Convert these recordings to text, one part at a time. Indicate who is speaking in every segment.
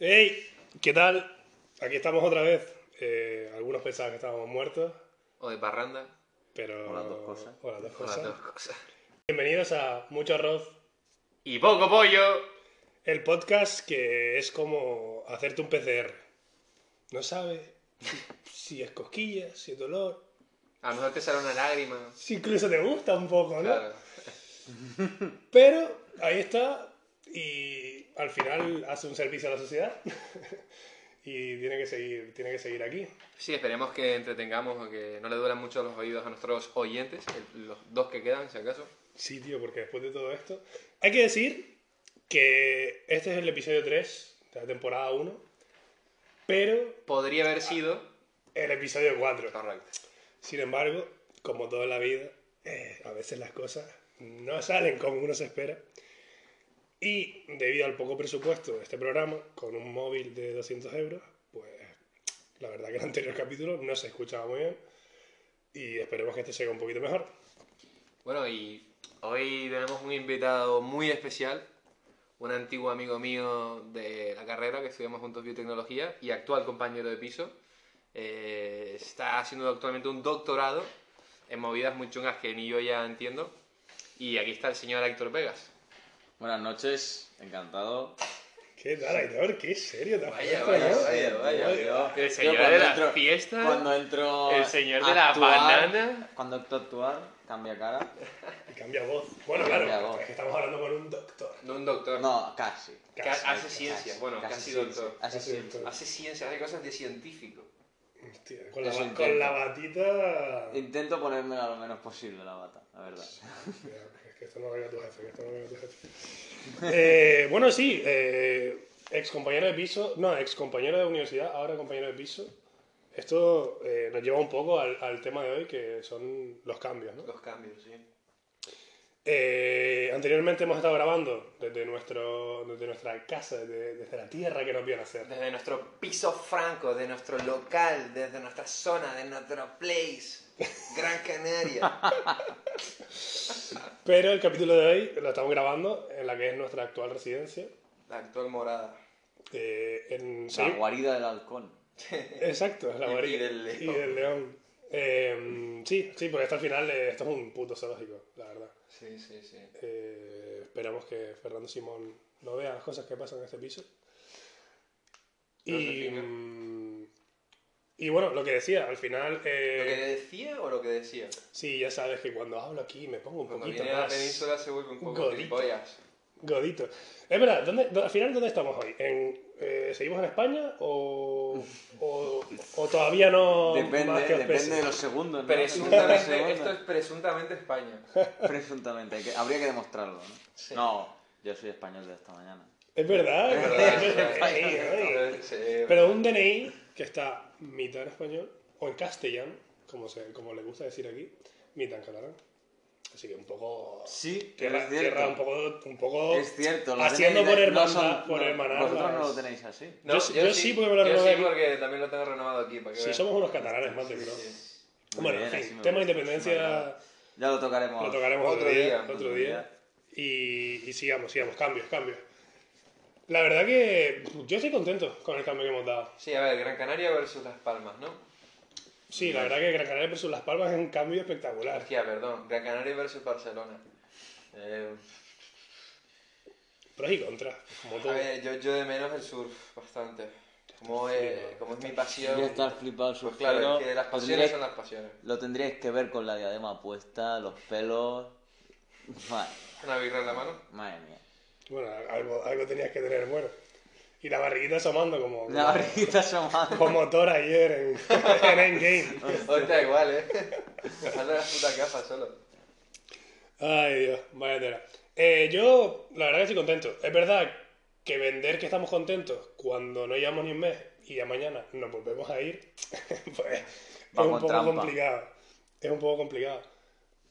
Speaker 1: Hey, ¿qué tal? Aquí estamos otra vez. Eh, algunos pensaban que estábamos muertos,
Speaker 2: O de parranda.
Speaker 1: pero.
Speaker 2: O las dos cosas.
Speaker 1: o las dos
Speaker 2: O las
Speaker 1: cosas.
Speaker 2: dos cosas.
Speaker 1: Bienvenidos a Mucho Arroz,
Speaker 2: Y poco pollo.
Speaker 1: el podcast que es como hacerte un PCR. No sabes si es cosquillas, si es dolor,
Speaker 2: A lo mejor te sale una lágrima.
Speaker 1: si incluso te gusta un poco, ¿no?
Speaker 2: Claro.
Speaker 1: Pero ahí está y al final hace un servicio a la sociedad y tiene que seguir, tiene que seguir aquí.
Speaker 2: Sí, esperemos que entretengamos o que no le duelen mucho los oídos a nuestros oyentes, el- los dos que quedan, si acaso.
Speaker 1: Sí, tío, porque después de todo esto. Hay que decir que este es el episodio 3 de la temporada 1, pero
Speaker 2: Podría haber sido.
Speaker 1: el episodio 4.
Speaker 2: Correcto.
Speaker 1: Sin embargo, como todo en la vida, eh, a veces las cosas no salen como uno se espera. Y debido al poco presupuesto de este programa, con un móvil de 200 euros, pues la verdad que el anterior capítulo no se escuchaba muy bien. Y esperemos que este sea un poquito mejor.
Speaker 2: Bueno, y hoy tenemos un invitado muy especial. Un antiguo amigo mío de la carrera que estudiamos juntos biotecnología y actual compañero de piso. Eh, está haciendo actualmente un doctorado en movidas muy chungas que ni yo ya entiendo. Y aquí está el señor Héctor Vegas.
Speaker 3: Buenas noches, encantado.
Speaker 1: ¿Qué tal, Aitor? ¿Qué serio te has puesto, no?
Speaker 3: vaya, vaya.
Speaker 2: El señor
Speaker 3: cuando
Speaker 2: de las fiestas,
Speaker 3: Cuando entro.
Speaker 2: el señor
Speaker 3: a
Speaker 2: de la
Speaker 3: actuar,
Speaker 2: banana.
Speaker 3: Cuando entro a actuar, cambia cara.
Speaker 1: Y cambia voz. Bueno,
Speaker 3: Cambia
Speaker 1: claro,
Speaker 3: voz.
Speaker 1: es que estamos hablando con un doctor.
Speaker 2: No un doctor.
Speaker 3: No, casi.
Speaker 2: que
Speaker 1: casi,
Speaker 2: hace ciencias. Bueno, casi, doctor.
Speaker 3: Casi
Speaker 1: Casi
Speaker 3: ciencia.
Speaker 1: doctor.
Speaker 2: Hace ciencias, hace cosas de científico.
Speaker 1: Hostia, con, la,
Speaker 3: Es
Speaker 1: ba-
Speaker 3: un
Speaker 1: con la
Speaker 3: tiempo.
Speaker 1: batita.
Speaker 3: Intento ponérmela lo menos posible la bata, la verdad.
Speaker 1: Mira, es que esto no lo haga tu jefe, que esto no lo haga tu jefe. Eh, bueno, sí, eh, ex compañero de piso, no, ex compañero de universidad, ahora compañero de piso. Esto eh, nos lleva un poco al, al tema de hoy, que son los cambios. ¿no?
Speaker 2: Los cambios, sí.
Speaker 1: Eh, anteriormente hemos estado grabando desde, nuestro, desde nuestra casa, desde, desde la tierra que nos vio nacer.
Speaker 2: Desde nuestro piso franco, de nuestro local, desde nuestra zona, de nuestro place, Gran Canaria.
Speaker 1: Pero el capítulo de hoy lo estamos grabando en la que es nuestra actual residencia.
Speaker 2: La actual morada.
Speaker 1: eh, en,
Speaker 3: La guarida del halcón.
Speaker 1: Exacto, es la
Speaker 2: Y- y
Speaker 1: guarida.
Speaker 2: del león.
Speaker 1: Y del león. Eh, sí, sí, porque hasta el final eh, esto es un puto zoológico, la verdad.
Speaker 2: Sí, sí, sí.
Speaker 1: Eh, esperamos que Fernando Simón no vea las cosas que pasan en este piso.
Speaker 2: No se
Speaker 1: Y,
Speaker 2: fija.
Speaker 1: mm, y bueno, lo que decía, al final... eh,
Speaker 2: ¿Lo que decía o lo que decía?
Speaker 1: Sí, ya sabes que cuando hablo aquí me pongo un
Speaker 2: Cuando
Speaker 1: poquito
Speaker 2: viene a la
Speaker 1: más
Speaker 2: península se vuelve un poco
Speaker 1: Godito.
Speaker 2: gilipollas.
Speaker 1: godito. Es verdad, ¿dónde- dó- al final, ¿dónde estamos hoy? ¿En, eh, ¿Seguimos en España o, o, o todavía no...
Speaker 3: Depende,
Speaker 1: más que os pese?
Speaker 3: depende de los segundos. ¿no?
Speaker 2: Presuntamente,
Speaker 3: Segundos.
Speaker 2: esto es presuntamente España.
Speaker 3: Presuntamente, hay que- habría que demostrarlo, ¿no? No, yo soy español de esta mañana.
Speaker 1: Es verdad, es verdad. es verdad.
Speaker 2: Pero
Speaker 1: Pero un DNI que está mitad en español o en castellano, como, se, como le gusta decir aquí, mitad en catalán. Así que un poco.
Speaker 3: Sí,
Speaker 1: Tierra,
Speaker 3: es cierto.
Speaker 1: tierra un poco. Un poco
Speaker 3: Es cierto, lo
Speaker 1: Haciendo
Speaker 3: tenéis
Speaker 1: por
Speaker 3: de- no
Speaker 1: hermandad,
Speaker 3: son-
Speaker 1: por
Speaker 3: no,
Speaker 1: hermanar
Speaker 3: Vosotros no
Speaker 1: las-
Speaker 3: lo tenéis así.
Speaker 1: yo sí- yo sí porque me lo
Speaker 2: yo
Speaker 1: renové
Speaker 2: sí
Speaker 1: aquí.
Speaker 2: porque también lo tengo renovado aquí. Para que
Speaker 1: Si
Speaker 2: veas.
Speaker 1: somos unos catalanes más de pro.
Speaker 2: Sí.
Speaker 3: Muy
Speaker 1: Bueno,
Speaker 3: bien,
Speaker 1: en
Speaker 3: así
Speaker 1: fin,
Speaker 3: me
Speaker 1: tema de
Speaker 3: gusta, así me
Speaker 1: independencia
Speaker 3: agrada. Ya lo tocaremos.
Speaker 1: lo tocaremos otro,
Speaker 2: Otro
Speaker 1: día,
Speaker 2: día,
Speaker 1: Otro
Speaker 3: otro
Speaker 1: día.
Speaker 3: día.
Speaker 1: Y, y sigamos, sigamos, cambios, cambios. La verdad que yo estoy contento con el cambio que hemos dado.
Speaker 2: Sí, a ver, Gran Canaria versus Las Palmas, ¿no?
Speaker 1: Sí, la verdad que Gran Canaria versus Las Palmas es un cambio espectacular.
Speaker 2: Hostia, ah, perdón, Gran Canaria versus Barcelona. Eh,
Speaker 1: Pros y contras, como
Speaker 2: a
Speaker 1: todo.
Speaker 2: ver, yo, yo de menos el surf, bastante. Como es, como es mi pasión.
Speaker 3: Ya está flipado el
Speaker 2: Pues
Speaker 3: surfero.
Speaker 2: claro, es que las
Speaker 3: Lo
Speaker 2: pasiones
Speaker 3: tendríais-
Speaker 2: son las pasiones.
Speaker 3: Lo tendríais que ver con la diadema puesta, los pelos. Madre,
Speaker 2: Una birra en la mano.
Speaker 3: madre mía.
Speaker 1: Bueno, algo, algo tenías que tener, bueno. Y la barriguita asomando como,
Speaker 3: La barriguita asomada.
Speaker 1: como Thor ayer en, en Endgame.
Speaker 2: Hostia, igual, eh. Me faltan las putas gafas solo.
Speaker 1: Ay, Dios, vaya tela. Eh, yo, la verdad que estoy contento. Es verdad que vender que estamos contentos cuando no llevamos ni un mes y ya mañana nos volvemos a ir, pues es
Speaker 3: Va con
Speaker 1: un poco
Speaker 3: trampa.
Speaker 1: complicado. Es un poco complicado.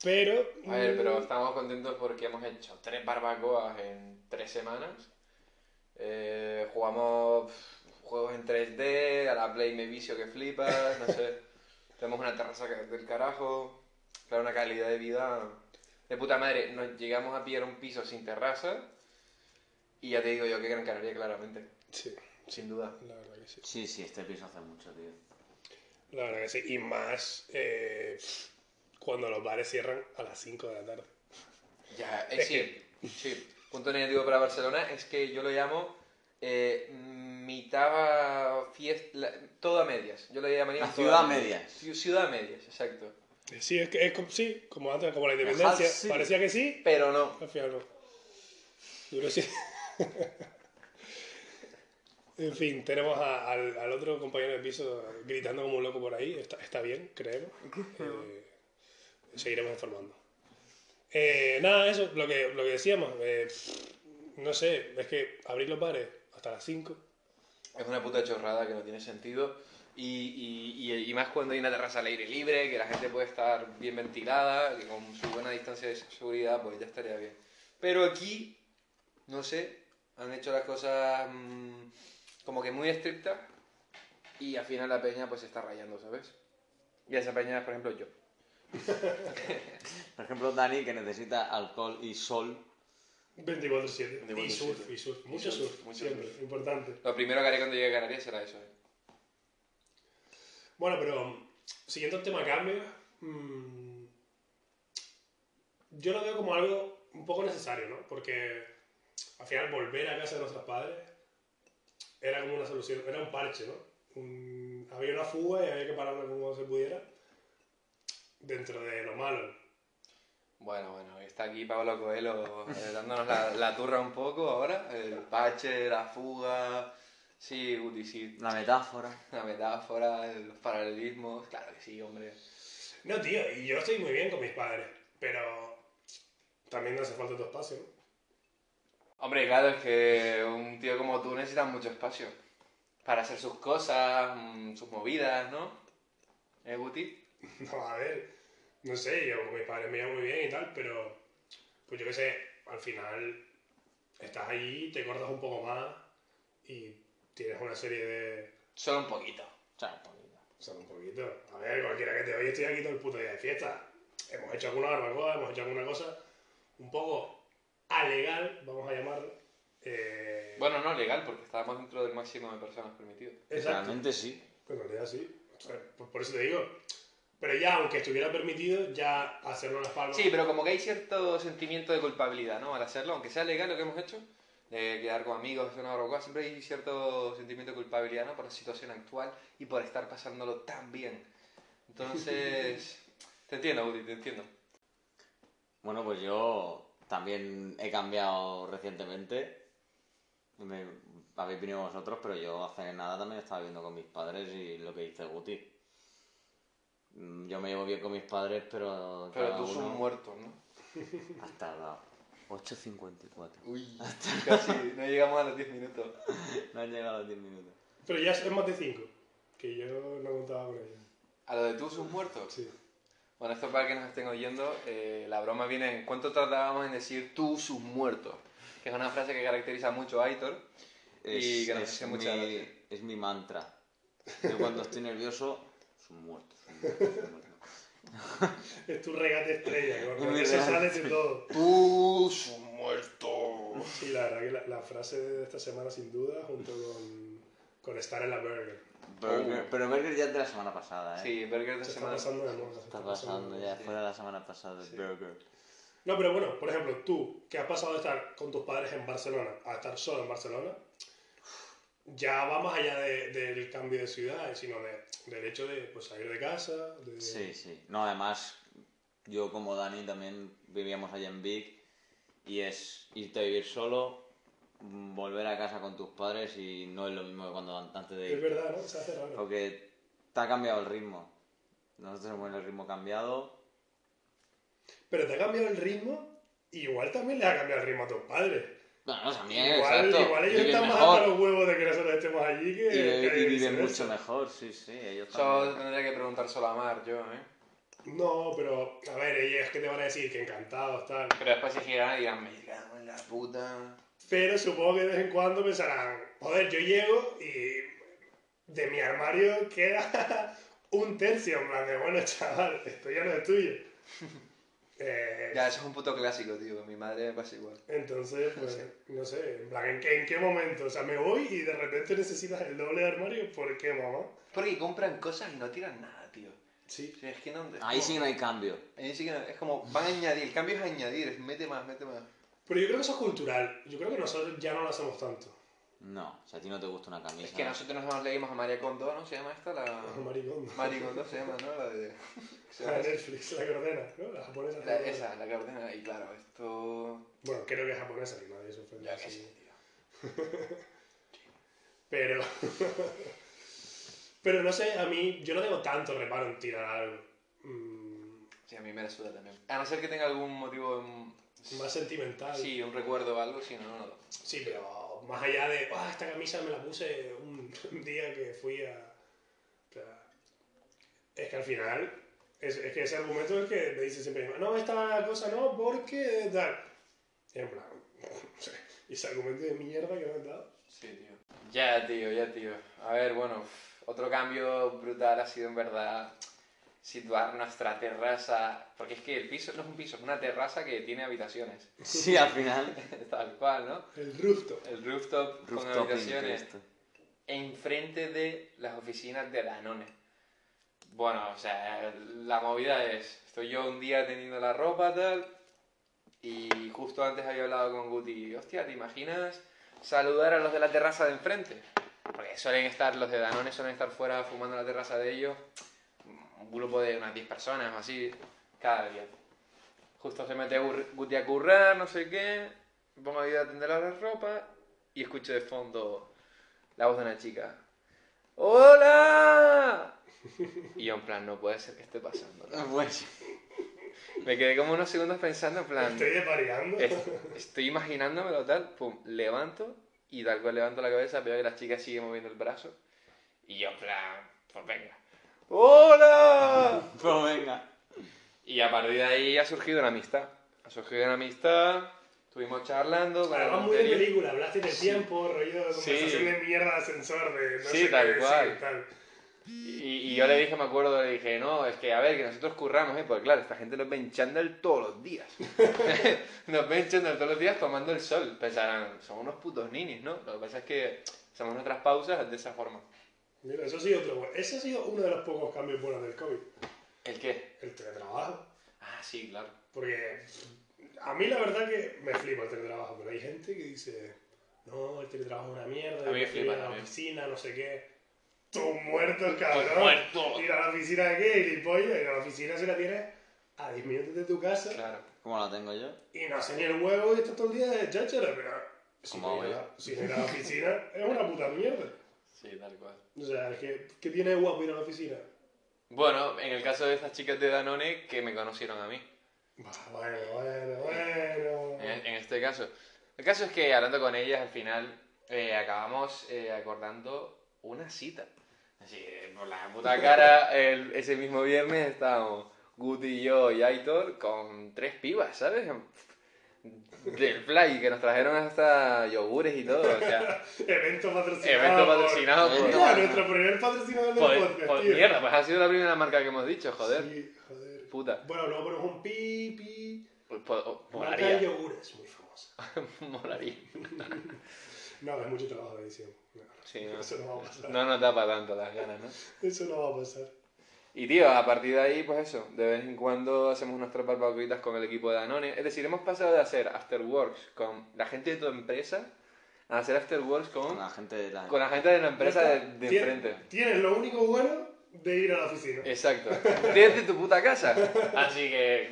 Speaker 1: Pero... mm,
Speaker 2: A ver, pero estamos contentos porque hemos hecho tres barbacoas en tres semanas. Eh, jugamos pf, juegos en 3D, a la Play me vicio que flipas, no sé. Tenemos una terraza ca- del carajo, claro, una calidad de vida de puta madre. Nos llegamos a pillar un piso sin terraza y ya te digo yo que Gran Canaria, claramente.
Speaker 1: Sí,
Speaker 2: sin duda.
Speaker 1: la verdad que sí.
Speaker 3: Sí, sí, este piso hace mucho, tío.
Speaker 1: La verdad que sí. Y más eh, cuando los bares cierran a las 5 de la tarde.
Speaker 2: Ya, eh, sí, sí. Punto negativo para Barcelona es que yo lo llamo eh, mitad fiesta, la- todo a medias. Yo lo llamaría
Speaker 3: La
Speaker 2: todo
Speaker 3: ciudad a medias.
Speaker 2: Ci- Ciudad a medias, exacto.
Speaker 1: Sí, es que es como, sí, como antes, como la independencia.
Speaker 3: sí.
Speaker 1: Parecía que sí,
Speaker 2: Pero no.
Speaker 1: Al final no. Duró siete- en fin, tenemos a- al, al otro compañero de piso gritando como un loco por ahí. Está, está bien, creemos. Eh, seguiremos informando. Eh, nada, eso, lo que, lo que decíamos. eh, no sé, es que abrir los bares hasta las 5.
Speaker 2: Es una puta chorrada que no tiene sentido. Y, y- y- y más cuando hay una terraza al aire libre, que la gente puede estar bien ventilada, que con su buena distancia de seguridad, pues ya estaría bien. Pero aquí, no sé, han hecho las cosas mm, como que muy estrictas y al final la peña pues se está rayando, ¿sabes? Y esa peña es, por ejemplo, yo.
Speaker 3: Por ejemplo, Dani, que necesita alcohol y sol.
Speaker 1: 24-7. Y
Speaker 2: 24/7.
Speaker 1: surf, y surf. Mucho
Speaker 2: surf,
Speaker 1: surf,
Speaker 2: mucho
Speaker 1: siempre. Importante.
Speaker 2: Lo primero que haré cuando llegue a Canarias será eso. ¿eh?
Speaker 1: Bueno, pero um, siguiendo el tema cambio, mm, yo lo veo como algo un poco necesario, ¿no? Porque al final volver a casa de nuestros padres era como una solución, era un parche, ¿no? Un- había una fuga y había que pararla como se pudiera dentro de lo malo.
Speaker 2: Bueno, bueno, está aquí Pablo Coelho eh, dándonos la, la turra un poco ahora. El pache, la fuga. Sí, Guti, sí.
Speaker 3: La metáfora.
Speaker 2: La metáfora, el- los paralelismos. Claro que sí, hombre.
Speaker 1: No, tío, y yo estoy muy bien con mis padres, pero también hace falta tu espacio, ¿no?
Speaker 2: Hombre, claro, es que un tío como tú necesita mucho espacio para hacer sus cosas, mm, sus movidas, ¿no? ¿Eh, Guti?
Speaker 1: No, Pues, a ver, no sé, yo con mis padres me llevo muy bien y tal, pero pues yo qué sé, al final estás ahí, te cortas un poco más y tienes una serie de...
Speaker 2: Solo un poquito.
Speaker 3: O sea, un poquito.
Speaker 1: O sea, un poquito. A ver, cualquiera que te oye, estoy aquí todo el puto día de fiesta. Hemos hecho alguna barbacoa, hemos hecho alguna cosa un poco alegal, vamos a llamarlo. Eh,
Speaker 2: Bueno, no legal, porque estábamos dentro del máximo de personas permitido.
Speaker 1: exacto. Pues,
Speaker 3: Realmente sí.
Speaker 1: En realidad sí. O sea, por, por eso te digo. Pero ya, aunque estuviera permitido, ya hacerlo en las palmas...
Speaker 2: Sí, pero como que hay cierto sentimiento de culpabilidad, ¿no? Al hacerlo, aunque sea legal lo que hemos hecho, de quedar con amigos, hacer una barbacoa, siempre hay cierto sentimiento de culpabilidad, ¿no? Por la situación actual y por estar pasándolo tan bien. Entonces, te entiendo, Uri, te entiendo.
Speaker 3: Bueno, pues yo también he cambiado recientemente. Me, habéis venido vosotros, pero yo hace nada también estaba viendo con mis padres y lo que dice Guti. Mm, Yo me llevo bien con mis padres, pero.
Speaker 2: Pero
Speaker 3: cada
Speaker 2: tú sos
Speaker 3: uno-
Speaker 2: un muerto, ¿no?
Speaker 3: Has tardado. 8.54.
Speaker 2: Uy, casi, no llegamos a los 10 minutos.
Speaker 3: No han llegado a los 10 minutos.
Speaker 1: Pero ya es más de 5. Que yo no contaba con ella.
Speaker 2: A lo de tú sos muerto.
Speaker 1: Sí.
Speaker 2: Bueno, esto para que nos estén oyendo, eh, la broma viene en cuánto tardábamos en decir tú sus muertos, que es una frase que caracteriza mucho a Aitor y que nos hace
Speaker 3: mi,
Speaker 2: mucha gracia.
Speaker 3: es mi mantra. Yo cuando estoy nervioso, son muertos. son muertos, son muertos.
Speaker 1: Es tu regate estrella, con-
Speaker 3: Es mi
Speaker 1: con eso
Speaker 3: regate
Speaker 1: sales de todo.
Speaker 2: Tú sos muerto.
Speaker 1: Sí, la verdad que la, la frase de esta semana, sin duda, junto con, con estar en la burger.
Speaker 3: Burger- pero Burger ya es de la semana pasada, ¿eh?
Speaker 2: Sí, Burger de
Speaker 1: Se está
Speaker 2: semana.
Speaker 1: pasando de moda. se
Speaker 3: Está pasando
Speaker 1: de
Speaker 3: ya,
Speaker 1: moda.
Speaker 3: fuera de la semana pasada el Burger.
Speaker 1: No, pero bueno, por ejemplo, tú, que has pasado de estar con tus padres en Barcelona a estar solo en Barcelona, ya va más allá de- del cambio de ciudad, sino de- del hecho de pues, salir de casa. De...
Speaker 3: Sí, sí. No, además, yo como Dani también vivíamos allá en Vic y es irte a vivir solo, mm, volver a casa con tus padres y no es lo mismo que cuando an- antes de
Speaker 1: Es
Speaker 3: ir.
Speaker 1: verdad, ¿no? Se hace raro.
Speaker 3: Porque te ha cambiado el ritmo. Nosotros hemos el ritmo cambiado.
Speaker 1: Pero te ha cambiado el ritmo, igual también le ha cambiado el ritmo a tus padres.
Speaker 3: Bueno, no, también,
Speaker 1: Igual,
Speaker 3: exacto.
Speaker 1: igual ellos
Speaker 3: Viven
Speaker 1: están más
Speaker 3: mejor
Speaker 1: hasta los huevos de que nosotros estemos allí que.
Speaker 3: y,
Speaker 1: que
Speaker 3: y viven
Speaker 1: viceversa.
Speaker 3: mucho mejor, sí, sí. Ellos
Speaker 2: Eso
Speaker 3: también.
Speaker 2: tendría que preguntar solo a Mar, yo, ¿eh?
Speaker 1: No, pero a ver, ellos que te van a decir que encantados, tal.
Speaker 2: Pero después se girarán y dirán, me cago en la puta.
Speaker 1: Pero supongo que de vez en cuando pensarán, joder, yo llego y de mi armario queda un tercio, en plan de, bueno, chaval, esto ya no es tuyo. Eh,
Speaker 2: Ya, eso es un puto clásico, tío. con Mi madre me pasa igual.
Speaker 1: Entonces, pues, no sé, en plan, ¿en qué, en qué momento? O sea, me voy y de repente necesitas el doble de armario, ¿por qué, mamá?
Speaker 2: Porque compran cosas y no tiran nada, tío.
Speaker 1: Sí.
Speaker 2: O sea, es que no. es
Speaker 3: Ahí
Speaker 2: como-
Speaker 3: sí que no hay cambio.
Speaker 2: ahí sí que no- Es como, van a añadir. El cambio es añadir. Es mete más, mete más.
Speaker 1: Pero yo creo que eso es cultural. Yo creo que nosotros ya no lo hacemos tanto.
Speaker 3: No, si a ti no te gusta una camisa.
Speaker 2: Es que nosotros nos leímos a María Condó, ¿no? Se llama esta la.
Speaker 1: Los maricondo.
Speaker 2: María Condó se llama, ¿no? La de. se llama
Speaker 1: La de
Speaker 2: esa.
Speaker 1: Netflix, la cordena, ¿no? La japonesa.
Speaker 2: La- esa, la que ordena. Y claro, esto.
Speaker 1: Bueno, creo que es japonesa, que nadie se ofende.
Speaker 2: Ya
Speaker 1: sí.
Speaker 2: que sí, tío.
Speaker 1: Pero. Pero no sé, a mí, yo no tengo tanto reparo en tirar algo. Mm,
Speaker 2: Sí, a mí me la suda también. A no ser que tenga algún motivo. mm,
Speaker 1: más sentimental.
Speaker 2: Sí, un recuerdo o algo, si no, no.
Speaker 1: Sí, pero más allá de, ah, esta camisa me la puse un día que fui a... o sea, es que al final, es, es que ese argumento es el que me dice siempre, no, esta cosa no, porque tal. Y en plan, y ese argumento de mierda que me han dado.
Speaker 2: Sí, tío. Ya, tío, ya, tío. A ver, bueno, otro cambio brutal ha sido en verdad situar nuestra terraza, porque es que el piso no es un piso, es una terraza que tiene habitaciones,
Speaker 3: Sí, al final.
Speaker 2: tal cual, ¿no?
Speaker 1: El rooftop.
Speaker 2: El rooftop, con
Speaker 3: Rooftop
Speaker 2: habitaciones
Speaker 3: Pinterest.
Speaker 2: enfrente de las oficinas de Danone. Bueno, o sea, la movida es, estoy yo un día teniendo la ropa tal, y justo antes había hablado con Guti, hostia, ¿te imaginas saludar a los de la terraza de enfrente? Porque suelen estar, los de Danone suelen estar fuera fumando en la terraza de ellos, un grupo de unas 10 personas o así, cada día. Justo se mete Gur- Guti a currar, no sé qué, me pongo ahí a atender a la ropa y escucho de fondo la voz de una chica. ¡Hola! Y yo en plan, no puede ser que esté pasando. ¿no?
Speaker 3: Pues,
Speaker 2: Me quedé como unos segundos pensando en plan,
Speaker 1: Estoy desvariando.
Speaker 2: es- estoy imaginándomelo tal, pum, levanto y tal cual levanto la cabeza, veo que la chica sigue moviendo el brazo y yo en plan, pues venga. ¡Hola!
Speaker 3: pues venga.
Speaker 2: Y a partir de ahí ha surgido una amistad. Ha surgido una amistad, estuvimos charlando. con la
Speaker 1: Además, muy de
Speaker 2: tontería.
Speaker 1: película, hablaste de tiempo, rollo de
Speaker 2: Sí.
Speaker 1: conversación de mierda, de ascensor, de no
Speaker 2: Sí,
Speaker 1: sé qué
Speaker 2: tal
Speaker 1: decir,
Speaker 2: cual.
Speaker 1: tal.
Speaker 2: Y, y yo le dije, me acuerdo, le dije, no, es que a ver, que nosotros curramos, ¿eh? Porque claro, esta gente nos ve en chándal todos los días. nos ve en chándal todos los días tomando el sol. Pensarán, son unos putos ninis, ¿no? Lo que pasa es que hacemos nuestras pausas de esa forma.
Speaker 1: Mira, eso ha sido otro. Ese ha sido uno de los pocos cambios buenos del COVID.
Speaker 2: ¿El qué?
Speaker 1: El teletrabajo.
Speaker 2: Ah, sí, claro.
Speaker 1: Porque a mí la verdad que me flipa el teletrabajo, pero hay gente que dice, no, el teletrabajo es una mierda,
Speaker 2: A mí me
Speaker 1: yo prefiero
Speaker 2: flipa
Speaker 1: ir a la
Speaker 2: también.
Speaker 1: oficina, no sé qué. Tú muerto, el cabrón.
Speaker 2: muerto.
Speaker 1: Ir a la oficina de qué, gilipollas, ir a la oficina si la tienes a 10 minutos de tu casa
Speaker 2: Claro.
Speaker 3: ¿Cómo la tengo yo?
Speaker 1: y no sé ni el huevo y estás todo el día de cháchara, pero si
Speaker 3: Como
Speaker 1: no ir a
Speaker 3: voy.
Speaker 1: la- si no ir a la oficina es una puta mierda.
Speaker 2: Sí, tal cual.
Speaker 1: O sea, es que, ¿qué tiene de guapo ir a la oficina?
Speaker 2: Bueno, en el caso de estas chicas de Danone que me conocieron a mí.
Speaker 1: Bah, Bueno, bueno, bueno.
Speaker 2: en, en este caso. El caso es que hablando con ellas al final eh, acabamos eh, acordando una cita. Así que por la puta cara, el- ese mismo viernes estábamos Guti, yo y Aitor con tres pibas, ¿sabes? Del fly que nos trajeron hasta yogures y todo. O sea,
Speaker 1: Evento patrocinado.
Speaker 2: evento
Speaker 1: por-
Speaker 2: patrocinado por,
Speaker 3: Evento
Speaker 1: Mira, nuestro primer patrocinador del
Speaker 2: por-
Speaker 1: podcast,
Speaker 2: por
Speaker 1: tío.
Speaker 2: mierda. Pues ha sido la primera marca que hemos dicho, joder.
Speaker 1: Sí, joder.
Speaker 2: Puta.
Speaker 1: Bueno, luego ponemos un pi, pi.
Speaker 2: Pues, pues, oh,
Speaker 1: Marca de
Speaker 2: molaría.
Speaker 1: yogures, muy famosa.
Speaker 2: Molaría.
Speaker 1: No, es mucho trabajo de edición. No,
Speaker 2: Sí, no.
Speaker 1: Eso no va a pasar.
Speaker 2: No nos da para tanto las ganas, ¿no?
Speaker 1: Eso no va a pasar.
Speaker 2: Y tío, a partir de ahí, pues eso, de vez en cuando hacemos nuestras barbacoitas con el equipo de Danone. Es decir, hemos pasado de hacer afterworks con la gente de tu empresa a hacer afterworks
Speaker 3: Con
Speaker 2: con,
Speaker 3: la gente de la.
Speaker 2: con la gente de la empresa de, de
Speaker 1: Tien-
Speaker 2: enfrente.
Speaker 1: Tienes lo único bueno de ir a la oficina.
Speaker 2: Exacto. Desde tu puta casa. Así que...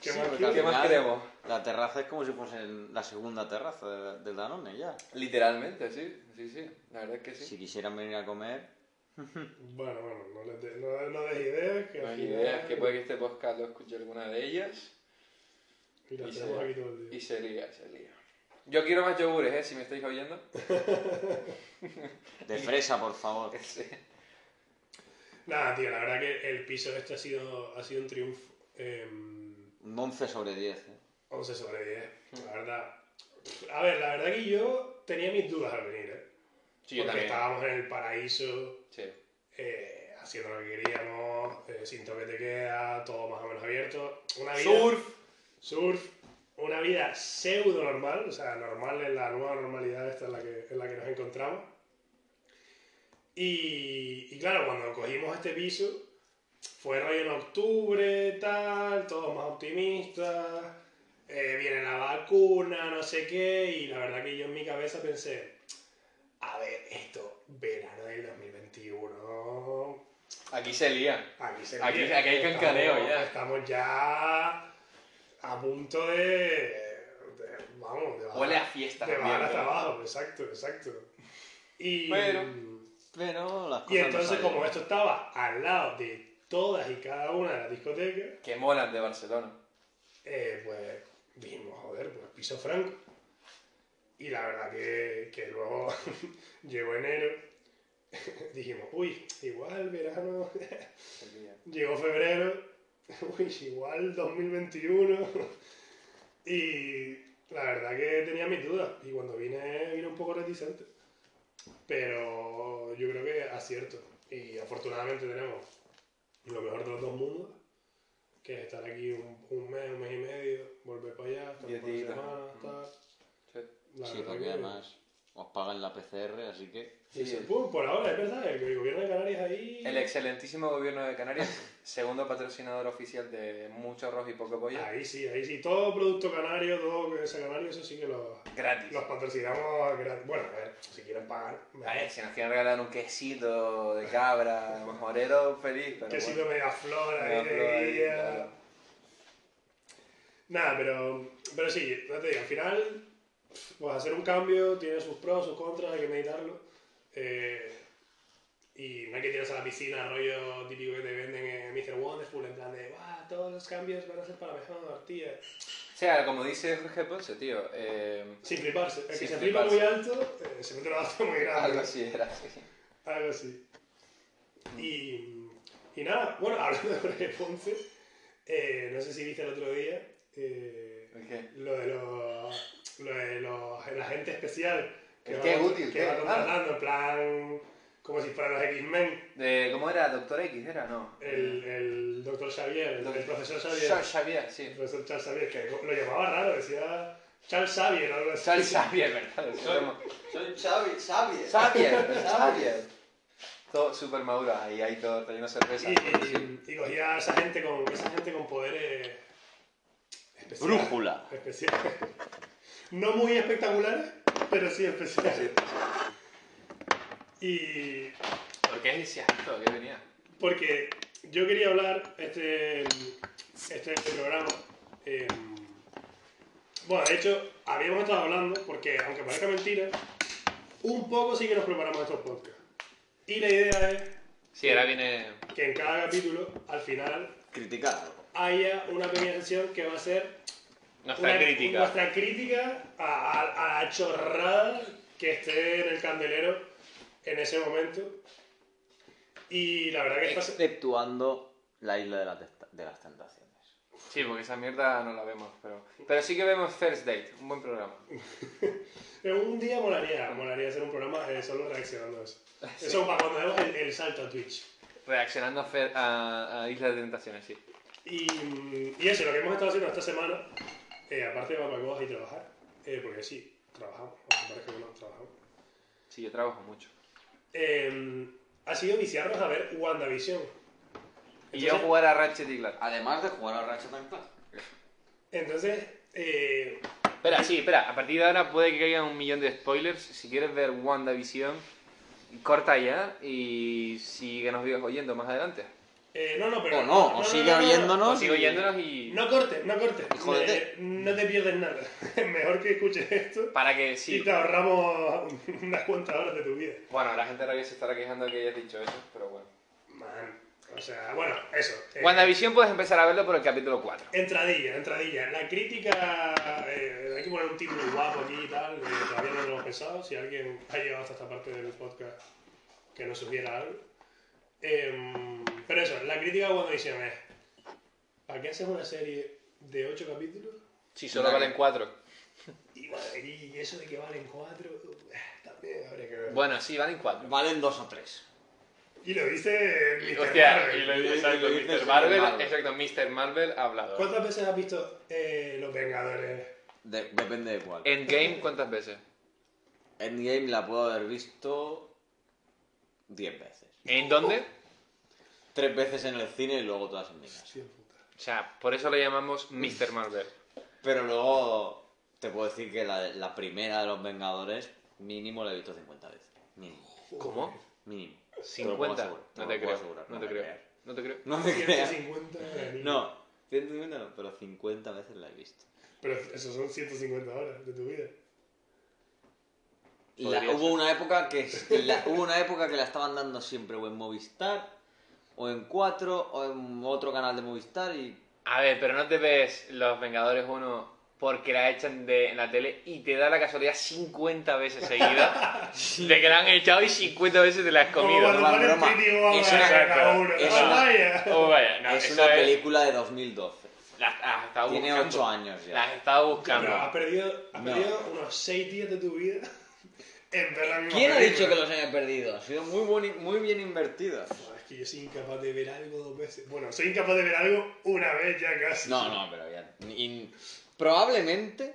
Speaker 1: ¿Qué
Speaker 3: Sí,
Speaker 1: más
Speaker 3: porque
Speaker 2: ¿Qué
Speaker 3: al
Speaker 1: quieres?
Speaker 2: más
Speaker 3: final
Speaker 2: queremos?
Speaker 3: La terraza es como si fuese la segunda terraza de- del Danone ya.
Speaker 2: Literalmente, sí. Sí, sí. La verdad es que sí.
Speaker 3: Si quisieran venir a comer,
Speaker 1: Bueno, bueno, no, les de- no, no des ideas. Que
Speaker 2: No
Speaker 1: al
Speaker 2: hay
Speaker 1: final-
Speaker 2: ideas que puede que este podcast lo escuche alguna de ellas.
Speaker 1: Y las
Speaker 2: y
Speaker 1: tenemos
Speaker 2: se-
Speaker 1: aquí todo el día.
Speaker 2: Y se lía, se lía. Yo quiero más yogures, ¿eh? Si me estáis oyendo.
Speaker 3: de fresa, por favor.
Speaker 2: Sí.
Speaker 1: Nada, tío, la verdad que el piso este ha sido, ha sido un triunfo. Em,
Speaker 3: Un 11 sobre 10. ¿eh?
Speaker 1: 11 sobre
Speaker 2: Hmm.
Speaker 1: 10, la verdad. A ver, la verdad que yo tenía mis dudas al venir, ¿eh?
Speaker 2: Sí, yo
Speaker 1: Porque
Speaker 2: también.
Speaker 1: estábamos en el paraíso,
Speaker 2: Sí.
Speaker 1: eh, haciendo lo que queríamos, eh, sin toque te queda, todo más o menos abierto. Una vida,
Speaker 2: Surf.
Speaker 1: surf, una vida pseudo normal, o sea, normal en la nueva normalidad esta en la que, en la que nos encontramos. Y, y claro, cuando cogimos este piso, fue rollo en octubre, tal, todos más optimistas, eh, viene la vacuna, no sé qué, y la verdad que yo en mi cabeza pensé, a ver, esto, verano del 2021,
Speaker 2: Aquí se lía.
Speaker 1: Aquí, se
Speaker 2: Aquí-
Speaker 1: empieza.
Speaker 2: aquí hay cancaneo
Speaker 1: Estamos-
Speaker 2: ya.
Speaker 1: Estamos ya a punto de. de- vamos, de bajar,
Speaker 2: Huele a fiesta.
Speaker 1: Ah, de bajar
Speaker 2: también,
Speaker 1: hasta
Speaker 2: ¿no?
Speaker 1: abajo, exacto, exacto. Y,
Speaker 2: Pero-
Speaker 3: Pero las cosas
Speaker 1: y entonces,
Speaker 3: no
Speaker 1: como esto estaba al lado de todas y cada una de las discotecas,
Speaker 2: Que molan de Barcelona.
Speaker 1: eh, pues dijimos, joder, pues piso franco. Y la verdad que, que luego llegó enero, dijimos, uy, igual verano
Speaker 2: Se lía.
Speaker 1: Llegó febrero, uy, igual 2021, y la verdad que tenía mis dudas, y cuando vine, vine un poco reticente, pero yo creo que acierto, y afortunadamente tenemos lo mejor de los dos mundos, que es estar aquí un, un mes, un mes y medio, volver para allá, estar
Speaker 2: Diez
Speaker 1: por
Speaker 2: días. Mm.
Speaker 1: semana, tal.
Speaker 2: Sí.
Speaker 1: La
Speaker 3: Sí,
Speaker 1: verdad
Speaker 3: porque
Speaker 1: que-
Speaker 3: además os pagan la PCR, así que...
Speaker 1: y eso, pum, por ahora, es verdad, el, el gobierno de Canarias ahí...
Speaker 2: El excelentísimo gobierno de Canarias, segundo patrocinador oficial de Mucho Arroz y Poco Pollo,
Speaker 1: Ahí sí, ahí sí, todo producto canario, todo que sea canario, eso sí que lo...
Speaker 2: gratis.
Speaker 1: Los patrocinamos gratis. Bueno, a ver, si quieren pagar. mejor.
Speaker 2: A ver, si nos quieren regalar un quesito de cabra, mejorero, feliz, pero
Speaker 1: Que si lo
Speaker 2: bueno.
Speaker 1: media flor
Speaker 2: Me da
Speaker 1: ahí
Speaker 2: flor
Speaker 1: de
Speaker 2: ahí,
Speaker 1: guía.
Speaker 2: claro.
Speaker 1: Nada, pero, pero sí, ya te digo, al final, pues hacer un cambio tiene sus pros, sus contras, hay que meditarlo. Eh, y no hay que tirarse a la piscina, rollo típico que te venden en Mr. Wonderful, en plan de, "Buah, todos los cambios van a ser para mejor, tía.
Speaker 2: O sea, como dice Jorge Ponce, tío, eh,
Speaker 1: Sin fliparse. El que
Speaker 2: Sin
Speaker 1: se flipa muy
Speaker 2: fliparse.
Speaker 1: alto, eh, se mete la bata muy grande.
Speaker 2: algo así era así.
Speaker 1: Algo así. Y, y nada, bueno, hablando de Jorge Ponce, eh, no sé si viste el otro día eh,
Speaker 2: ¿El qué?
Speaker 1: lo de los. lo de los. el agente especial
Speaker 2: ¿El qué?
Speaker 1: va-
Speaker 2: ¿Útil?
Speaker 1: que
Speaker 2: ¿Qué?
Speaker 1: va contratando, en plan. como si fueran los X-Men.
Speaker 2: De, ¿Cómo era? ¿Doctor X era? No.
Speaker 1: El, el doctor Xavier, el, el profesor Xavier.
Speaker 2: Charles Xavier,
Speaker 1: El
Speaker 2: sí.
Speaker 1: profesor Charles Xavier, que lo llamaba raro, decía. Charles Xavier, algo así.
Speaker 2: Charles Xavier, ¿verdad? Lo llamo-
Speaker 3: Soy Xavi, Xavi.
Speaker 2: Xavier, Xavier. Todo súper maduro ahí, ahí todo trayendo cerveza.
Speaker 1: Y, y cogía a esa gente con, esa gente con poderes. especiales.
Speaker 3: Brújula.
Speaker 1: Especiales. No muy espectaculares, pero sí especiales. Y
Speaker 2: ¿Por qué decías esto? ¿Qué tenía?
Speaker 1: porque yo quería hablar este, este programa. eh, bueno, de hecho, habíamos estado hablando, porque aunque parezca mentira, un poco sí que nos preparamos estos podcasts. Y la idea es
Speaker 2: Sí, ahora viene...
Speaker 1: que en cada capítulo, al final,
Speaker 3: Criticar algo.
Speaker 1: haya una pequeña sección que va a ser
Speaker 2: Nuestra
Speaker 1: una-
Speaker 2: crítica.
Speaker 1: Nuestra crítica a, a- a la chorrada que esté en el candelero en ese momento. Y la verdad que esta, se-
Speaker 3: Exceptuando la isla de, la testa- de las tentaciones.
Speaker 2: Sí, porque esa mierda no la vemos, pero... Pero sí que vemos First Date, un buen programa.
Speaker 1: un día molaría, molaría hacer un programa eh, solo reaccionando a eso. Eso para cuando demos el, el salto a Twitch.
Speaker 2: Reaccionando a, Fer- a, a Isla de Tentaciones, sí.
Speaker 1: Y, mm, y eso, lo que hemos estado haciendo esta semana, eh, aparte de barbacoas y trabajar, eh, porque sí, trabajamos, aunque parezca que no, trabajamos.
Speaker 2: Sí, yo trabajo mucho.
Speaker 1: eh, ha sido viciarnos a ver WandaVision.
Speaker 2: Y
Speaker 1: Entonces-
Speaker 2: yo jugar a Ratchet y Clank.
Speaker 3: Además de jugar a Ratchet and Clank.
Speaker 1: Entonces, eh,
Speaker 2: Espera, sí, espera. A partir de ahora puede que caigan un millón de spoilers. Si quieres ver WandaVision, corta ya y sigue nos vivos oyendo más adelante.
Speaker 1: eh, no, no, pero.
Speaker 3: O no, o sigue
Speaker 2: O
Speaker 3: oyéndonos.
Speaker 2: sigue oyéndonos y...
Speaker 1: No cortes, no cortes.
Speaker 3: Y jódete.
Speaker 1: Eh, no te pierdes nada. Mejor que escuches esto
Speaker 2: Para que
Speaker 1: y
Speaker 2: sí.
Speaker 1: te ahorramos unas cuantas horas de tu vida.
Speaker 2: Bueno, la gente ahora que se estará quejando que hayas dicho eso, pero bueno.
Speaker 1: Man, o sea, bueno, eso. eh,
Speaker 2: WandaVision puedes empezar a verlo por el capítulo 4.
Speaker 1: Entradilla, entradilla. La crítica. eh, hay que poner un título guapo aquí y tal. eh, todavía no lo hemos pensado. Si alguien ha llegado hasta esta parte del podcast, que nos sugiera algo. Em, pero eso, la crítica cuando dicen es. eh. ¿Para qué haces una serie de 8 capítulos?
Speaker 2: Si
Speaker 3: solo valen
Speaker 2: 4.
Speaker 1: Y, bueno, y eso de que valen 4, uh, también habría que ver.
Speaker 2: Bueno, sí, valen 4.
Speaker 3: Valen dos o tres.
Speaker 1: Y lo dice eh.
Speaker 2: Y,
Speaker 1: Mr.
Speaker 2: hostia,
Speaker 1: Marvel.
Speaker 2: y lo
Speaker 3: Y-
Speaker 2: dice
Speaker 3: y
Speaker 2: exacto,
Speaker 3: lo dice
Speaker 2: Mr.
Speaker 3: Mr.
Speaker 2: Marvel,
Speaker 3: Marvel.
Speaker 2: exacto, Mr. Marvel hablador.
Speaker 1: ¿Cuántas veces has visto eh, Los Vengadores?
Speaker 3: De- depende de cuál.
Speaker 2: Endgame, ¿cuántas veces?
Speaker 3: Endgame la puedo haber visto 10 veces.
Speaker 2: ¿En dónde?
Speaker 3: Tres veces en el cine y luego todas en mi casa.
Speaker 1: Hostia puta.
Speaker 2: O sea, por eso le llamamos Mr. Marvel.
Speaker 3: Pero luego te puedo decir que la, la primera de los Vengadores mínimo la he visto 50 veces. Mínimo.
Speaker 2: ¿Cómo?
Speaker 3: mínimo. Te lo puedo
Speaker 2: 50.
Speaker 3: asegurar,
Speaker 2: No
Speaker 3: lo
Speaker 2: te
Speaker 3: puedo
Speaker 2: creo.
Speaker 3: asegurar,
Speaker 2: No te
Speaker 3: me
Speaker 2: creo.
Speaker 3: creas.
Speaker 2: No te creo.
Speaker 3: No me creas.
Speaker 1: 150 No.
Speaker 3: No, 150 no, pero 50 veces la he visto.
Speaker 1: Pero eso son 150 horas de tu vida.
Speaker 3: La-
Speaker 2: Podría
Speaker 3: hubo
Speaker 2: ser.
Speaker 3: una época que la, hubo una época que la estaban dando siempre o en Movistar o en 4 o en otro canal de Movistar y
Speaker 2: A ver, pero no te ves Los Vengadores 1 porque la echan de, en la tele y te da la casualidad 50 veces seguida de que la han echado y 50 veces te la has comido.
Speaker 1: Como
Speaker 3: no,
Speaker 1: cuando
Speaker 3: broma.
Speaker 1: ponen Pretty Woman
Speaker 3: Es
Speaker 1: en
Speaker 3: una-
Speaker 1: la K1.
Speaker 3: es
Speaker 1: Ah,
Speaker 3: una-
Speaker 1: vaya.
Speaker 2: Oh, vaya, no,
Speaker 3: es
Speaker 2: eso
Speaker 3: una película de 2012.
Speaker 2: la- has estado
Speaker 3: Tiene
Speaker 2: buscando.
Speaker 3: 8 años
Speaker 2: La has
Speaker 3: ya.
Speaker 2: estado
Speaker 1: Pero has
Speaker 2: buscando.
Speaker 1: perdido, has
Speaker 3: No.
Speaker 1: perdido unos 6 días de tu vida en ver la misma
Speaker 3: ¿Quién ha
Speaker 1: película.
Speaker 3: dicho que los haya perdido? Ha sido muy, boni- muy bien invertidos.
Speaker 1: Joder, Es que yo soy incapaz de ver algo dos veces. Bueno, soy incapaz de ver algo una vez ya casi.
Speaker 3: No, no, pero ya. in- probablemente.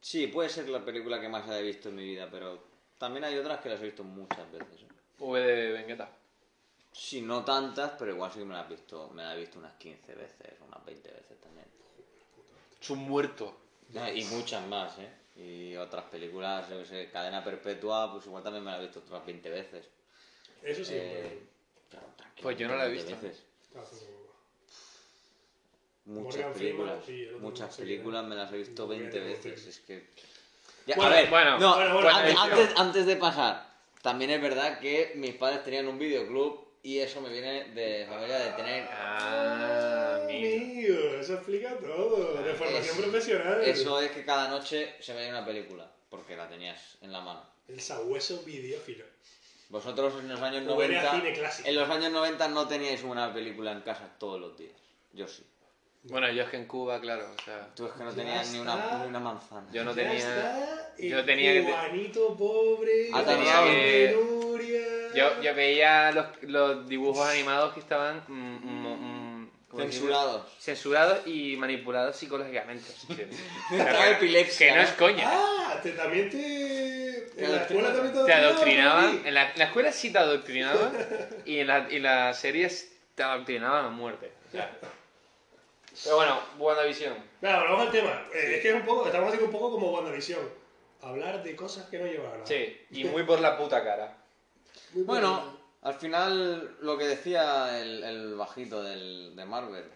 Speaker 3: Sí, puede ser la película que más haya visto en mi vida, pero también hay otras que las he visto muchas veces. ¿eh?
Speaker 2: V de Vendetta.
Speaker 3: Sí, no tantas, pero igual sí que me las he visto, me las he visto unas 15 veces, unas 20 veces también.
Speaker 2: Es un muerto.
Speaker 3: Ah, Y muchas más, ¿eh? Y otras películas, yo qué sé, Cadena Perpetua, pues igual también me la he visto otras 20 veces.
Speaker 1: Eso sí.
Speaker 3: Eh, claro, tranquilo,
Speaker 2: Pues yo no la he
Speaker 3: 20
Speaker 2: visto.
Speaker 3: veces.
Speaker 1: pero- Ah, pero-
Speaker 3: Muchas
Speaker 1: Morgan Freeman,
Speaker 3: películas,
Speaker 1: sí, el otro no
Speaker 3: muchas
Speaker 1: sé
Speaker 3: películas
Speaker 1: quién
Speaker 3: me las he visto
Speaker 1: Morgan
Speaker 3: 20
Speaker 1: Freeman.
Speaker 3: veces, es que... Ya,
Speaker 2: Bueno,
Speaker 3: a ver,
Speaker 2: bueno,
Speaker 3: no,
Speaker 1: bueno, bueno,
Speaker 3: antes,
Speaker 1: ahí,
Speaker 3: antes- antes de pasar, también es verdad que mis padres tenían un videoclub y eso me viene de familia de tener...
Speaker 2: Ah, mira.
Speaker 1: Amigo, eso explica todo. De formación
Speaker 3: es-
Speaker 1: profesional.
Speaker 3: Eso es que cada noche se veía una película, porque la tenías en la mano.
Speaker 1: El sabueso videófilo.
Speaker 3: Vosotros en los años
Speaker 1: Como era
Speaker 3: 90...
Speaker 1: cine clásico.
Speaker 3: En los años 90 no teníais una película en casa todos los días. Yo sí.
Speaker 2: Bueno, yo es que en Cuba, claro, o sea,
Speaker 3: Tú es que no
Speaker 1: Ya
Speaker 3: tenías ni
Speaker 1: está.
Speaker 3: una, ni una manzana.
Speaker 2: yo no
Speaker 1: Ya
Speaker 2: tenía...
Speaker 1: está
Speaker 2: yo
Speaker 1: el
Speaker 2: tenía que te-
Speaker 1: cubanito pobre.
Speaker 3: Ah,
Speaker 1: con
Speaker 3: tenía
Speaker 1: su
Speaker 2: que-
Speaker 1: penuria.
Speaker 2: Yo, yo veía los, los dibujos animados que estaban mm, mm, mm, ¿cómo decirlo?
Speaker 3: Censurados.
Speaker 2: Censurados y manipulados psicológicamente. Sí.
Speaker 3: Estaba epilepsia,
Speaker 2: Que no
Speaker 3: ¿no?
Speaker 2: es coña.
Speaker 1: Ah, te, también te.
Speaker 3: Te
Speaker 1: en la escuela
Speaker 3: adoctrinaban.
Speaker 1: también te
Speaker 2: Te adoctrinaban,
Speaker 1: adoctrinaban,
Speaker 2: en la, en la escuela sí te adoctrinaban y en, la, y las series te adoctrinaban a muerte. o sea. Pero bueno, WandaVision.
Speaker 1: Nada, volvamos al tema. Eh, es que es un poco, estamos haciendo un poco como WandaVision. Hablar de cosas que no llevan a nada.
Speaker 2: Sí, y muy por la puta cara.
Speaker 1: Muy
Speaker 3: Bueno, al final lo que decía el, el bajito del, de Marvel,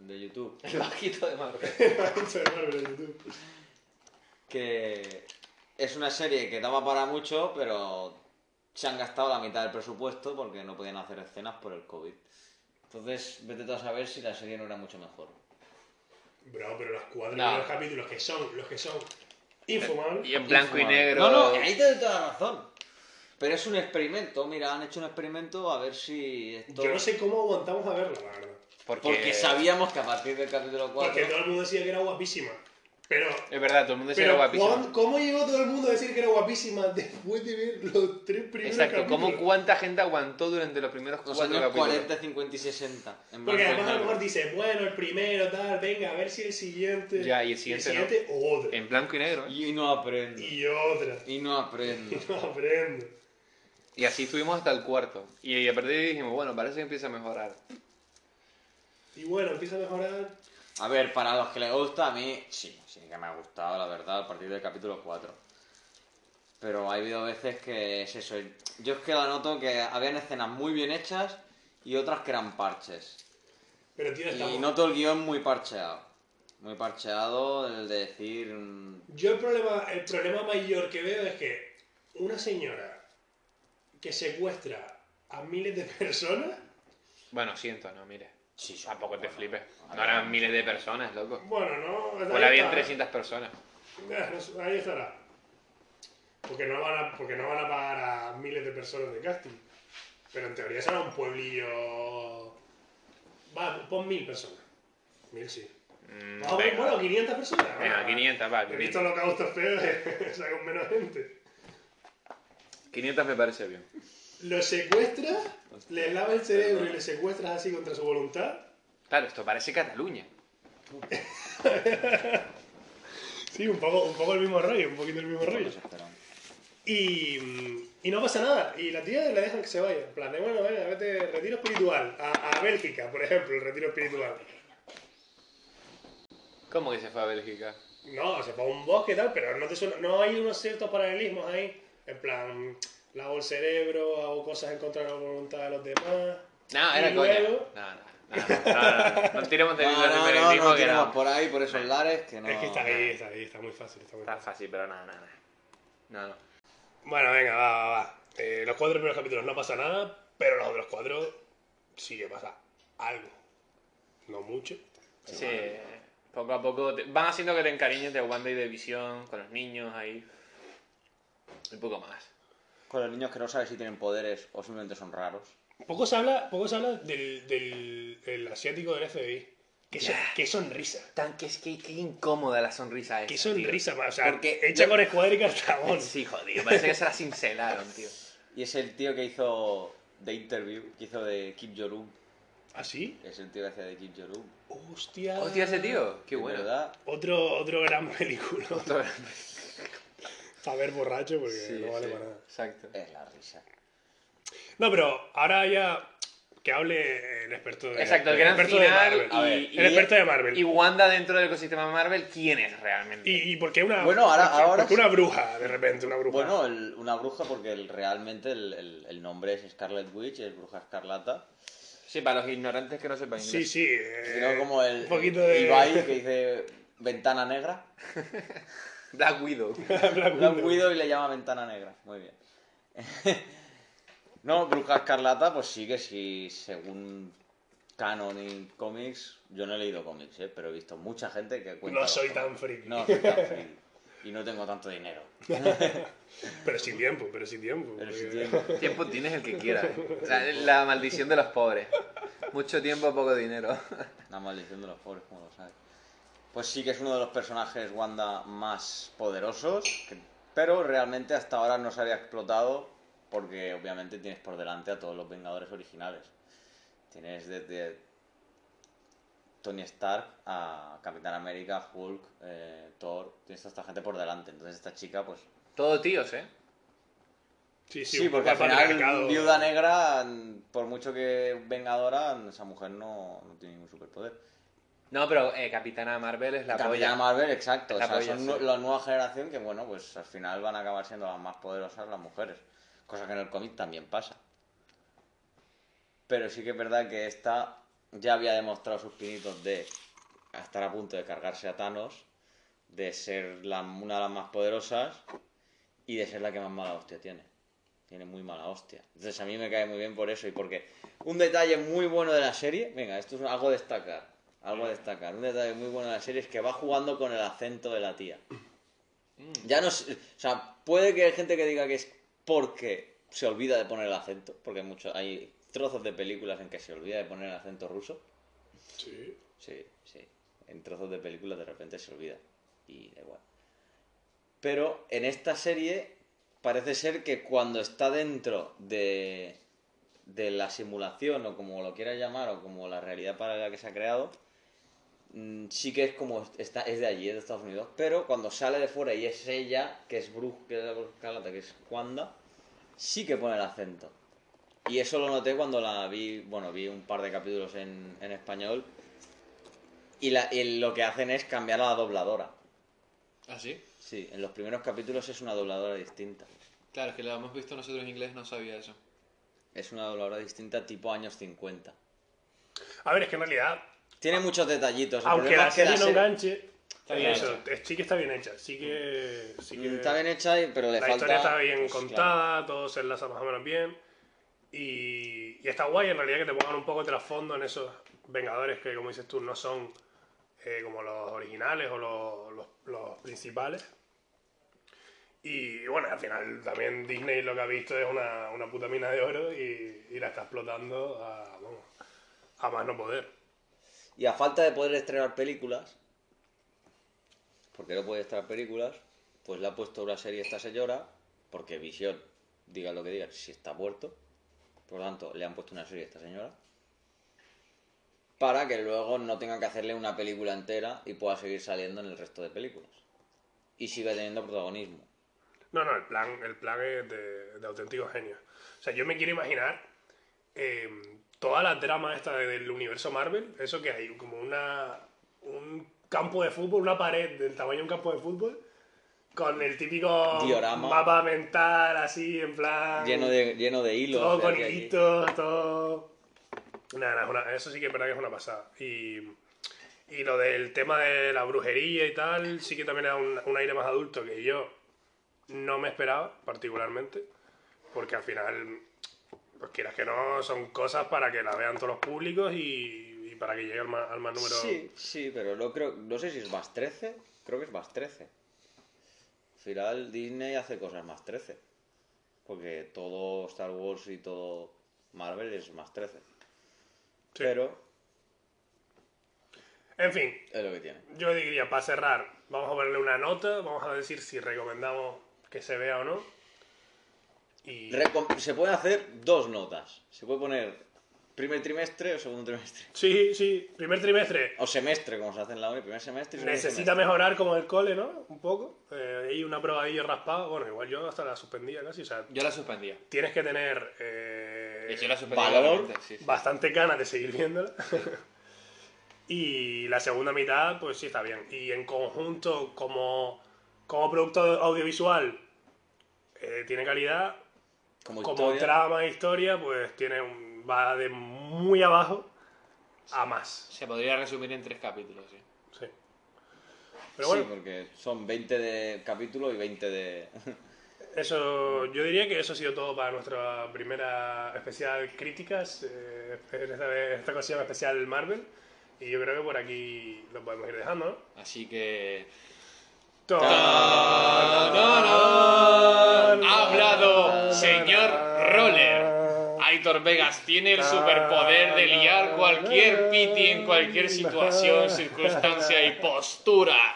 Speaker 3: de YouTube,
Speaker 2: El bajito de Marvel.
Speaker 1: Enfermarme en YouTube.
Speaker 3: que es una serie que daba para mucho, pero se han gastado la mitad del presupuesto porque no podían hacer escenas por el COVID. Entonces, vete tú a saber si la serie no era mucho mejor.
Speaker 1: Bro, pero los cuadros
Speaker 2: No.
Speaker 1: de los capítulos que son, los que son infumables.
Speaker 2: Y en blanco y negro.
Speaker 3: No, no, ahí te doy toda la razón. Pero es un experimento, mira, han hecho un experimento a ver si esto...
Speaker 1: Yo no sé cómo aguantamos a verla, la verdad.
Speaker 2: Porque,
Speaker 3: Porque sabíamos que a partir del capítulo 4...
Speaker 1: Porque todo el mundo decía que era guapísima. Pero.
Speaker 2: Es verdad, todo el mundo se
Speaker 1: Pero,
Speaker 2: era guapísimo.
Speaker 1: ¿cuán- ¿cómo llegó todo el mundo a decir que era guapísima después de ver los tres primeros
Speaker 2: Exacto,
Speaker 1: capítulos?
Speaker 2: ¿cómo cuánta gente aguantó durante los primeros
Speaker 3: Los
Speaker 2: cuatro
Speaker 3: años
Speaker 2: capítulos?
Speaker 3: 40, 50 y 60. En
Speaker 1: Porque
Speaker 3: blanco y
Speaker 1: además a lo
Speaker 3: negro.
Speaker 1: mejor dices, bueno, el primero, tal, venga, a ver si el siguiente.
Speaker 2: Ya, y el siguiente no.
Speaker 1: o otra.
Speaker 2: En blanco y negro, ¿eh?
Speaker 3: Y no aprendo.
Speaker 1: Y otra.
Speaker 3: Y no aprendo.
Speaker 1: No aprendo.
Speaker 2: Y así estuvimos hasta el cuarto. Y, a partir de ahí dijimos, bueno, parece que empieza a mejorar.
Speaker 1: Y bueno, empieza a mejorar.
Speaker 3: A ver, para los que les gusta, a mí sí, sí que me ha gustado, la verdad, a partir del capítulo 4. Pero ha habido veces que es eso. Yo es que la noto que habían escenas muy bien hechas y otras que eran parches.
Speaker 1: Pero tío,
Speaker 3: Y
Speaker 1: estamos.
Speaker 3: noto el guión muy parcheado. Muy parcheado, el de decir. mm,
Speaker 1: Yo el problema, el problema mayor que veo es que una señora que secuestra a miles de personas.
Speaker 2: Bueno, siento, no, mire.
Speaker 3: Sí, son-
Speaker 2: Tampoco te
Speaker 3: bueno,
Speaker 2: flipes.
Speaker 3: a
Speaker 2: No
Speaker 3: ver.
Speaker 2: eran miles de personas, loco.
Speaker 1: Bueno, no. ahí
Speaker 2: O la habían
Speaker 1: está.
Speaker 2: 300 personas.
Speaker 1: Ah, no sé, Ahí estará. Porque no, van a, porque no van a pagar a miles de personas de casting. Pero en teoría será un pueblillo. Va, pon mil personas. Mil sí.
Speaker 2: Mm,
Speaker 1: Vamos,
Speaker 2: venga,
Speaker 1: bueno, 500 personas.
Speaker 2: Venga,
Speaker 1: va.
Speaker 2: 500, va.
Speaker 1: He visto
Speaker 2: 500.
Speaker 1: holocaustos feos, o sea, con menos gente.
Speaker 2: 500 me parece bien.
Speaker 1: Lo secuestras, le lava el cerebro y le secuestras así contra su voluntad.
Speaker 2: Claro, esto parece Cataluña.
Speaker 1: Sí, un poco, un poco el mismo rollo, un poquito el mismo rollo. Y, mm, y no pasa nada. Y la tía le dejan que se vaya. En plan de, bueno, venga, vete, retiro espiritual. A, a Bélgica, por ejemplo, el retiro espiritual.
Speaker 2: ¿Cómo que se fue a Bélgica?
Speaker 1: No, se fue a un bosque y tal, pero no, te suena- no hay unos ciertos paralelismos ahí. En plan, lavo el cerebro, hago cosas en contra de la voluntad de los demás.
Speaker 2: No, Ah, era
Speaker 1: Y
Speaker 2: coña. No,
Speaker 1: luego-
Speaker 2: no, no, no, no, no. No tiremos de
Speaker 3: No,
Speaker 2: hilo de
Speaker 3: no, no,
Speaker 2: periodismo
Speaker 3: no
Speaker 2: que
Speaker 3: tiremos
Speaker 2: no.
Speaker 3: por ahí, por esos lares, que no...
Speaker 1: Es que está ahí, está ahí, está muy fácil. Está muy
Speaker 2: Está
Speaker 1: fácil.
Speaker 2: fácil, pero nada, nada, nada. No, no.
Speaker 1: Bueno, venga, va, va, va. Eh, los cuatro primeros capítulos no pasa nada, pero los otros cuatro sí que pasa algo. No mucho.
Speaker 2: Sí, poco a poco te- van haciendo que te encariñes de One Day de Visión con los niños ahí. Un poco más.
Speaker 3: Con los niños que no sabes si tienen poderes o simplemente son raros.
Speaker 1: Poco se habla, poco se habla del, del, del asiático del FBI. Qué, son-
Speaker 2: Ya.
Speaker 1: qué sonrisa.
Speaker 2: Tan que es que qué incómoda la sonrisa esa.
Speaker 1: Qué
Speaker 2: tío.
Speaker 1: sonrisa, ma- o sea,
Speaker 2: Porque
Speaker 1: hecha
Speaker 2: yo-
Speaker 1: con escuadra y cartabón.
Speaker 2: Sí, jodido. Parece que se la cincelaron, tío.
Speaker 3: Y es el tío que hizo de interview, que hizo de Kim Jong-un.
Speaker 1: ¿Así?
Speaker 3: Es el tío que hacía de Kim Jong-un.
Speaker 1: ¿Ah, Hostia.
Speaker 2: Hostia, ese tío. Qué
Speaker 3: En
Speaker 2: bueno.
Speaker 3: verdad,
Speaker 1: Otro, otro gran película. Para ver borracho porque
Speaker 2: Sí,
Speaker 1: no vale
Speaker 2: sí,
Speaker 1: para nada.
Speaker 2: Exacto.
Speaker 3: es la risa.
Speaker 1: No, pero ahora ya que hable el experto de
Speaker 2: Exacto, el
Speaker 1: el
Speaker 2: gran
Speaker 1: experto de
Speaker 2: final
Speaker 1: Marvel.
Speaker 3: A ver,
Speaker 2: y, y-
Speaker 1: el experto de Marvel.
Speaker 2: y Wanda dentro del ecosistema Marvel, ¿quién es realmente?
Speaker 1: Y, y porque una.
Speaker 3: Bueno, ahora-
Speaker 1: porque-
Speaker 3: ahora
Speaker 1: porque
Speaker 3: sí.
Speaker 1: una bruja, de repente, una bruja.
Speaker 3: Bueno, el- una bruja porque el- realmente el, el- el nombre es Scarlet Witch, es bruja escarlata.
Speaker 2: Sí, para los ignorantes que no sepan
Speaker 1: sí,
Speaker 2: inglés.
Speaker 1: sí. eh,
Speaker 3: Sino como el
Speaker 1: Un poquito de.
Speaker 3: Ibai que dice ventana negra.
Speaker 2: Black Widow.
Speaker 1: Black
Speaker 3: Lo
Speaker 1: Widow.
Speaker 3: cuido y le llama ventana negra. Muy bien. no, bruja escarlata, pues sí que sí, según canon y cómics, yo no he leído cómics, ¿eh? pero he visto mucha gente que cuenta...
Speaker 1: No
Speaker 3: los
Speaker 1: soy
Speaker 3: cómics.
Speaker 1: tan friki.
Speaker 3: No soy tan friki. Y no tengo tanto dinero.
Speaker 1: Pero sin tiempo, pero sin tiempo.
Speaker 3: Pero
Speaker 1: porque-
Speaker 3: sí tengo...
Speaker 2: Tiempo tienes el que quieras. La, la maldición de los pobres. Mucho tiempo, poco dinero.
Speaker 3: La maldición de los pobres, como lo sabes. Pues sí que es uno de los personajes Wanda más poderosos, que- pero realmente hasta ahora no se había explotado porque obviamente tienes por delante a todos los Vengadores originales. Tienes desde Tony Stark a Capitán América, Hulk, eh, Thor, tienes a esta gente por delante. Entonces esta chica, pues...
Speaker 2: Todo tíos, ¿eh?
Speaker 1: Sí, sí,
Speaker 3: Sí,
Speaker 1: un
Speaker 3: porque al
Speaker 1: poco
Speaker 3: final
Speaker 1: patriarcado.
Speaker 3: Viuda Negra, por mucho que Vengadora, esa mujer no, no tiene ningún superpoder.
Speaker 2: No, pero eh, Capitana Marvel es la
Speaker 3: Capitana
Speaker 2: polla.
Speaker 3: Marvel, exacto.
Speaker 2: La
Speaker 3: o sea,
Speaker 2: polla,
Speaker 3: son
Speaker 2: sí.
Speaker 3: nu- la nueva generación que, bueno, pues al final van a acabar siendo las más poderosas las mujeres. Cosa que en el cómic también pasa. Pero sí que es verdad que esta ya había demostrado sus pinitos de estar a punto de cargarse a Thanos, de ser la- una de las más poderosas y de ser la que más mala hostia tiene. Tiene muy mala hostia. Entonces a mí me cae muy bien por eso y porque un detalle muy bueno de la serie, venga, esto es algo a destacar, algo a destacar. Un detalle muy bueno de la serie es que va jugando con el acento de la tía. Ya no, sé- o sea, puede que hay gente que diga que es porque se olvida de poner el acento, porque hay mucho, hay trozos de películas en que se olvida de poner el acento ruso.
Speaker 1: Sí.
Speaker 3: Sí, sí. En trozos de películas de repente se olvida. Y da igual. Pero en esta serie parece ser que cuando está dentro de, de la simulación o como lo quieras llamar o como la realidad paralela que se ha creado, mm, sí que es como está, es de allí, es de Estados Unidos. Pero cuando sale de fuera y es ella, que es Bruce, que es la bruja escarlata, que es Wanda, sí que pone el acento. Y eso lo noté cuando la vi, bueno, vi un par de capítulos en, en español y, la- y lo que hacen es cambiar a la dobladora.
Speaker 2: ¿Ah, sí?
Speaker 3: Sí, en los primeros capítulos es una dobladora distinta.
Speaker 2: Claro, es que lo hemos visto nosotros en inglés, no sabía eso.
Speaker 3: Es una dobladora distinta tipo años 50.
Speaker 1: A ver, es que en realidad,
Speaker 3: Tiene muchos detallitos. el
Speaker 1: aunque
Speaker 3: problema
Speaker 1: la
Speaker 3: es que
Speaker 1: serie
Speaker 3: la
Speaker 1: no
Speaker 3: serie-
Speaker 1: enganche, eh,
Speaker 2: Está bien
Speaker 1: eso, es- sí que está bien hecha. Sí que. sí que-
Speaker 3: Mm, Está bien hecha, y- pero le
Speaker 1: la
Speaker 3: falta...
Speaker 1: historia está bien
Speaker 3: pues, claro.
Speaker 1: contada, todo se enlaza más o menos bien. Y, y está guay en realidad que te pongan un poco de trasfondo en esos Vengadores que, como dices tú, no son eh, como los originales o los, los- los principales. Y bueno, al final también Disney lo que ha visto es una, una puta mina de oro y, y la está explotando a, vamos, a más no poder.
Speaker 3: Y a falta de poder estrenar películas, porque no puede estrenar películas, pues le ha puesto una serie a esta señora, porque Visión, diga lo que digan, si está muerto, Por lo tanto, le han puesto una serie a esta señora. Para que luego no tenga que hacerle una película entera y pueda seguir saliendo en el resto de películas. Y siga teniendo protagonismo.
Speaker 1: No, no, el plan, el plan es de, de auténtico genio. O sea, yo me quiero imaginar eh, toda la trama esta de- del universo Marvel, eso que hay como una un campo de fútbol, una pared del tamaño de un campo de fútbol, con el típico
Speaker 3: Diorama.
Speaker 1: mapa mental así, en plan...
Speaker 3: Lleno de, lleno de hilos.
Speaker 1: Ah, Todo
Speaker 3: de
Speaker 1: con
Speaker 3: aquí a allí.
Speaker 1: hilitos, todo. Nada, nada, es una- eso sí que es verdad que es una pasada. Y, y lo del tema de la brujería y tal, sí que también era un, un aire más adulto que yo no me esperaba, particularmente. Porque al final, pues quieras que no, son cosas para que la vean todos los públicos y, y para que llegue al más, al más número.
Speaker 3: Sí, sí, pero no creo, no sé si es más 13, creo que es más 13. Al final Disney hace cosas más 13. Porque todo Star Wars y todo Marvel es más 13.
Speaker 1: Sí.
Speaker 3: Pero
Speaker 1: En fin,
Speaker 3: es lo que tiene.
Speaker 1: Yo diría, para cerrar, vamos a ponerle una nota, vamos a decir si recomendamos que se vea o no. Y...
Speaker 3: Recom- se puede hacer dos notas. Se puede poner primer trimestre o segundo trimestre.
Speaker 1: Sí, sí, primer trimestre.
Speaker 3: O semestre, como se hace en la UNE, primer semestre y segundo
Speaker 1: Necesita
Speaker 3: semestre.
Speaker 1: mejorar como el cole, ¿no? Un poco. Eh, hay una probadilla raspada. Bueno, igual yo hasta la suspendía casi. O sea,
Speaker 2: Yo la suspendía.
Speaker 1: tienes que tener eh,
Speaker 2: yo la suspendía.
Speaker 3: valor,
Speaker 2: obviamente, sí, sí.
Speaker 1: bastante ganas de seguir viéndola. y la segunda mitad, pues sí está bien. Y en conjunto, como, como producto audiovisual, eh, tiene calidad.
Speaker 3: Como,
Speaker 1: como
Speaker 3: historia,
Speaker 1: trama e historia, pues tiene un- va de muy abajo a más.
Speaker 2: Se podría resumir en tres capítulos, sí.
Speaker 1: Sí. Pero bueno,
Speaker 3: Sí, porque son 20 de capítulo y 20 de...
Speaker 1: eso yo diría que eso ha sido todo para nuestra primera especial críticas. eh, en esta, vez- esta ocasión especial Marvel. Y yo creo que por aquí lo podemos ir dejando, ¿no?
Speaker 2: Así que.
Speaker 1: Todo.
Speaker 2: ¡No, no! Ha hablado, señor Roller. Aitor Vegas tiene el superpoder de liar cualquier piti en cualquier situación, circunstancia y postura.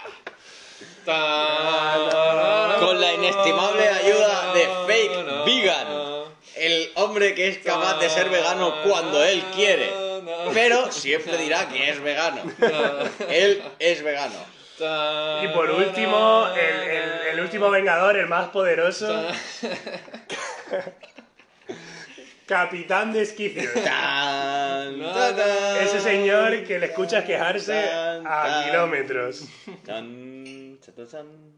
Speaker 2: Ta-
Speaker 3: Con la inestimable ayuda de Fake Vegan, el hombre que es capaz de ser vegano cuando él quiere, pero siempre dirá que es vegano. Él es vegano.
Speaker 2: Ta-
Speaker 1: Y por último, el, el- el último Vengador, el más poderoso, Capitán de Esquicios.
Speaker 3: Tan, ta, tan,
Speaker 1: Ese señor que le escuchas quejarse
Speaker 3: Tan,
Speaker 1: a
Speaker 3: tan.
Speaker 1: kilómetros.
Speaker 3: Tan, cha, ta, tan.